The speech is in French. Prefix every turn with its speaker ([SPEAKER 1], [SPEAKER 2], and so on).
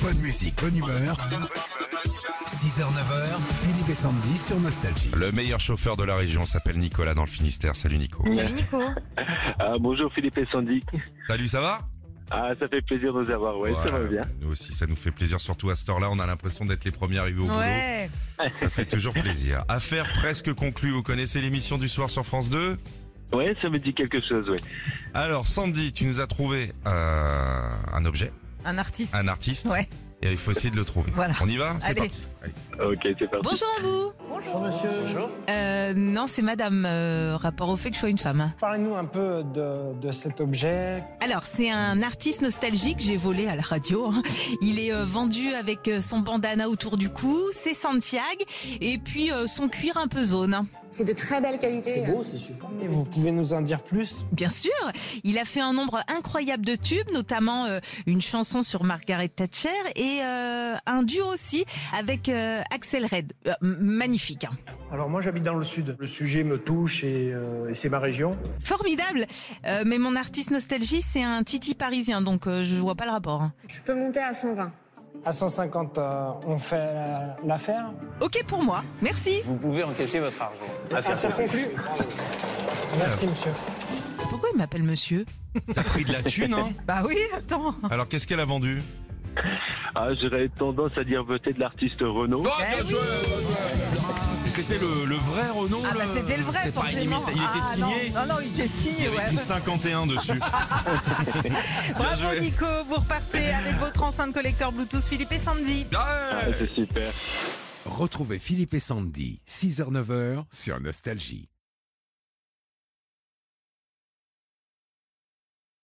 [SPEAKER 1] Bonne musique, bonne humeur. 6h, 9h, Philippe et Sandy sur Nostalgie.
[SPEAKER 2] Le meilleur chauffeur de la région s'appelle Nicolas dans le Finistère. Salut Nico.
[SPEAKER 3] Salut Nico.
[SPEAKER 4] Ah, bonjour Philippe et Sandy.
[SPEAKER 2] Salut, ça va
[SPEAKER 4] Ah, ça fait plaisir de vous avoir, ouais, ça va
[SPEAKER 2] Ouais,
[SPEAKER 4] bien.
[SPEAKER 2] Nous aussi, ça nous fait plaisir, surtout à cette heure-là. On a l'impression d'être les premiers arrivés au boulot.
[SPEAKER 3] Ouais.
[SPEAKER 2] Ça fait toujours plaisir. Affaire presque conclue. Vous connaissez l'émission du soir sur France 2
[SPEAKER 4] Ouais, ça me dit quelque chose, ouais.
[SPEAKER 2] Alors, Sandy, tu nous as trouvé euh, un objet,
[SPEAKER 3] Un artiste.
[SPEAKER 2] un artiste.
[SPEAKER 3] Ouais.
[SPEAKER 2] Et il faut essayer de le trouver.
[SPEAKER 3] Voilà.
[SPEAKER 2] On y va C'est
[SPEAKER 3] Allez.
[SPEAKER 2] parti. Allez.
[SPEAKER 4] Ok, c'est parti.
[SPEAKER 3] Bonjour à vous.
[SPEAKER 5] Bonjour monsieur. Bonjour.
[SPEAKER 3] Euh, non, c'est madame, euh, rapport au fait que je sois une femme.
[SPEAKER 5] Parlez-nous un peu de, de cet objet.
[SPEAKER 3] Alors, c'est un artiste nostalgique, j'ai volé à la radio. hein. Il est euh, vendu avec euh, son bandana autour du cou, c'est Santiago, et puis euh, son cuir un peu zone.
[SPEAKER 6] C'est de très belle qualité.
[SPEAKER 5] c'est super. Et vous pouvez nous en dire plus
[SPEAKER 3] Bien sûr, il a fait un nombre incroyable de tubes, notamment euh, une chanson sur Margaret Thatcher et euh, un duo aussi avec euh, Axel Red. Euh, m- magnifique. hein.
[SPEAKER 7] Alors moi j'habite dans le sud. Le sujet me touche et, euh, et c'est ma région.
[SPEAKER 3] Formidable. Euh, mais mon artiste nostalgie, c'est un titi parisien, donc euh, je vois pas le rapport. hein.
[SPEAKER 6] Je peux monter à 120.
[SPEAKER 5] À 150, euh, on fait la- l'affaire.
[SPEAKER 3] Ok pour moi. Merci.
[SPEAKER 8] Vous pouvez encaisser votre argent.
[SPEAKER 5] Affaire conclue. Merci monsieur.
[SPEAKER 3] Pourquoi il m'appelle monsieur
[SPEAKER 2] T'as pris de la thune, hein
[SPEAKER 3] Bah oui, attends.
[SPEAKER 2] Alors, qu'est-ce qu'elle a vendu
[SPEAKER 4] Ah, j'aurais tendance à dire voter de l'artiste Renaud.
[SPEAKER 2] Oh, bien joué, bien joué. Et Ah, C'était le, le vrai Renault
[SPEAKER 3] Ah bah
[SPEAKER 2] le-
[SPEAKER 3] c'était le vrai,
[SPEAKER 2] C'était pas une
[SPEAKER 3] forcément.
[SPEAKER 2] imita- Il était
[SPEAKER 3] Ah,
[SPEAKER 2] signé
[SPEAKER 3] Non, non, non, il était signé,
[SPEAKER 2] Il y avait
[SPEAKER 3] ouais.
[SPEAKER 2] écrit 51 dessus.
[SPEAKER 3] Bravo
[SPEAKER 2] joué.
[SPEAKER 3] Nico, vous repartez avec votre enceinte collecteur Bluetooth Philippe et Sandy.
[SPEAKER 2] Ouais.
[SPEAKER 4] Ah, c'est super.
[SPEAKER 1] Retrouvez Philippe et Sandy, 6h, 9h sur Nostalgie.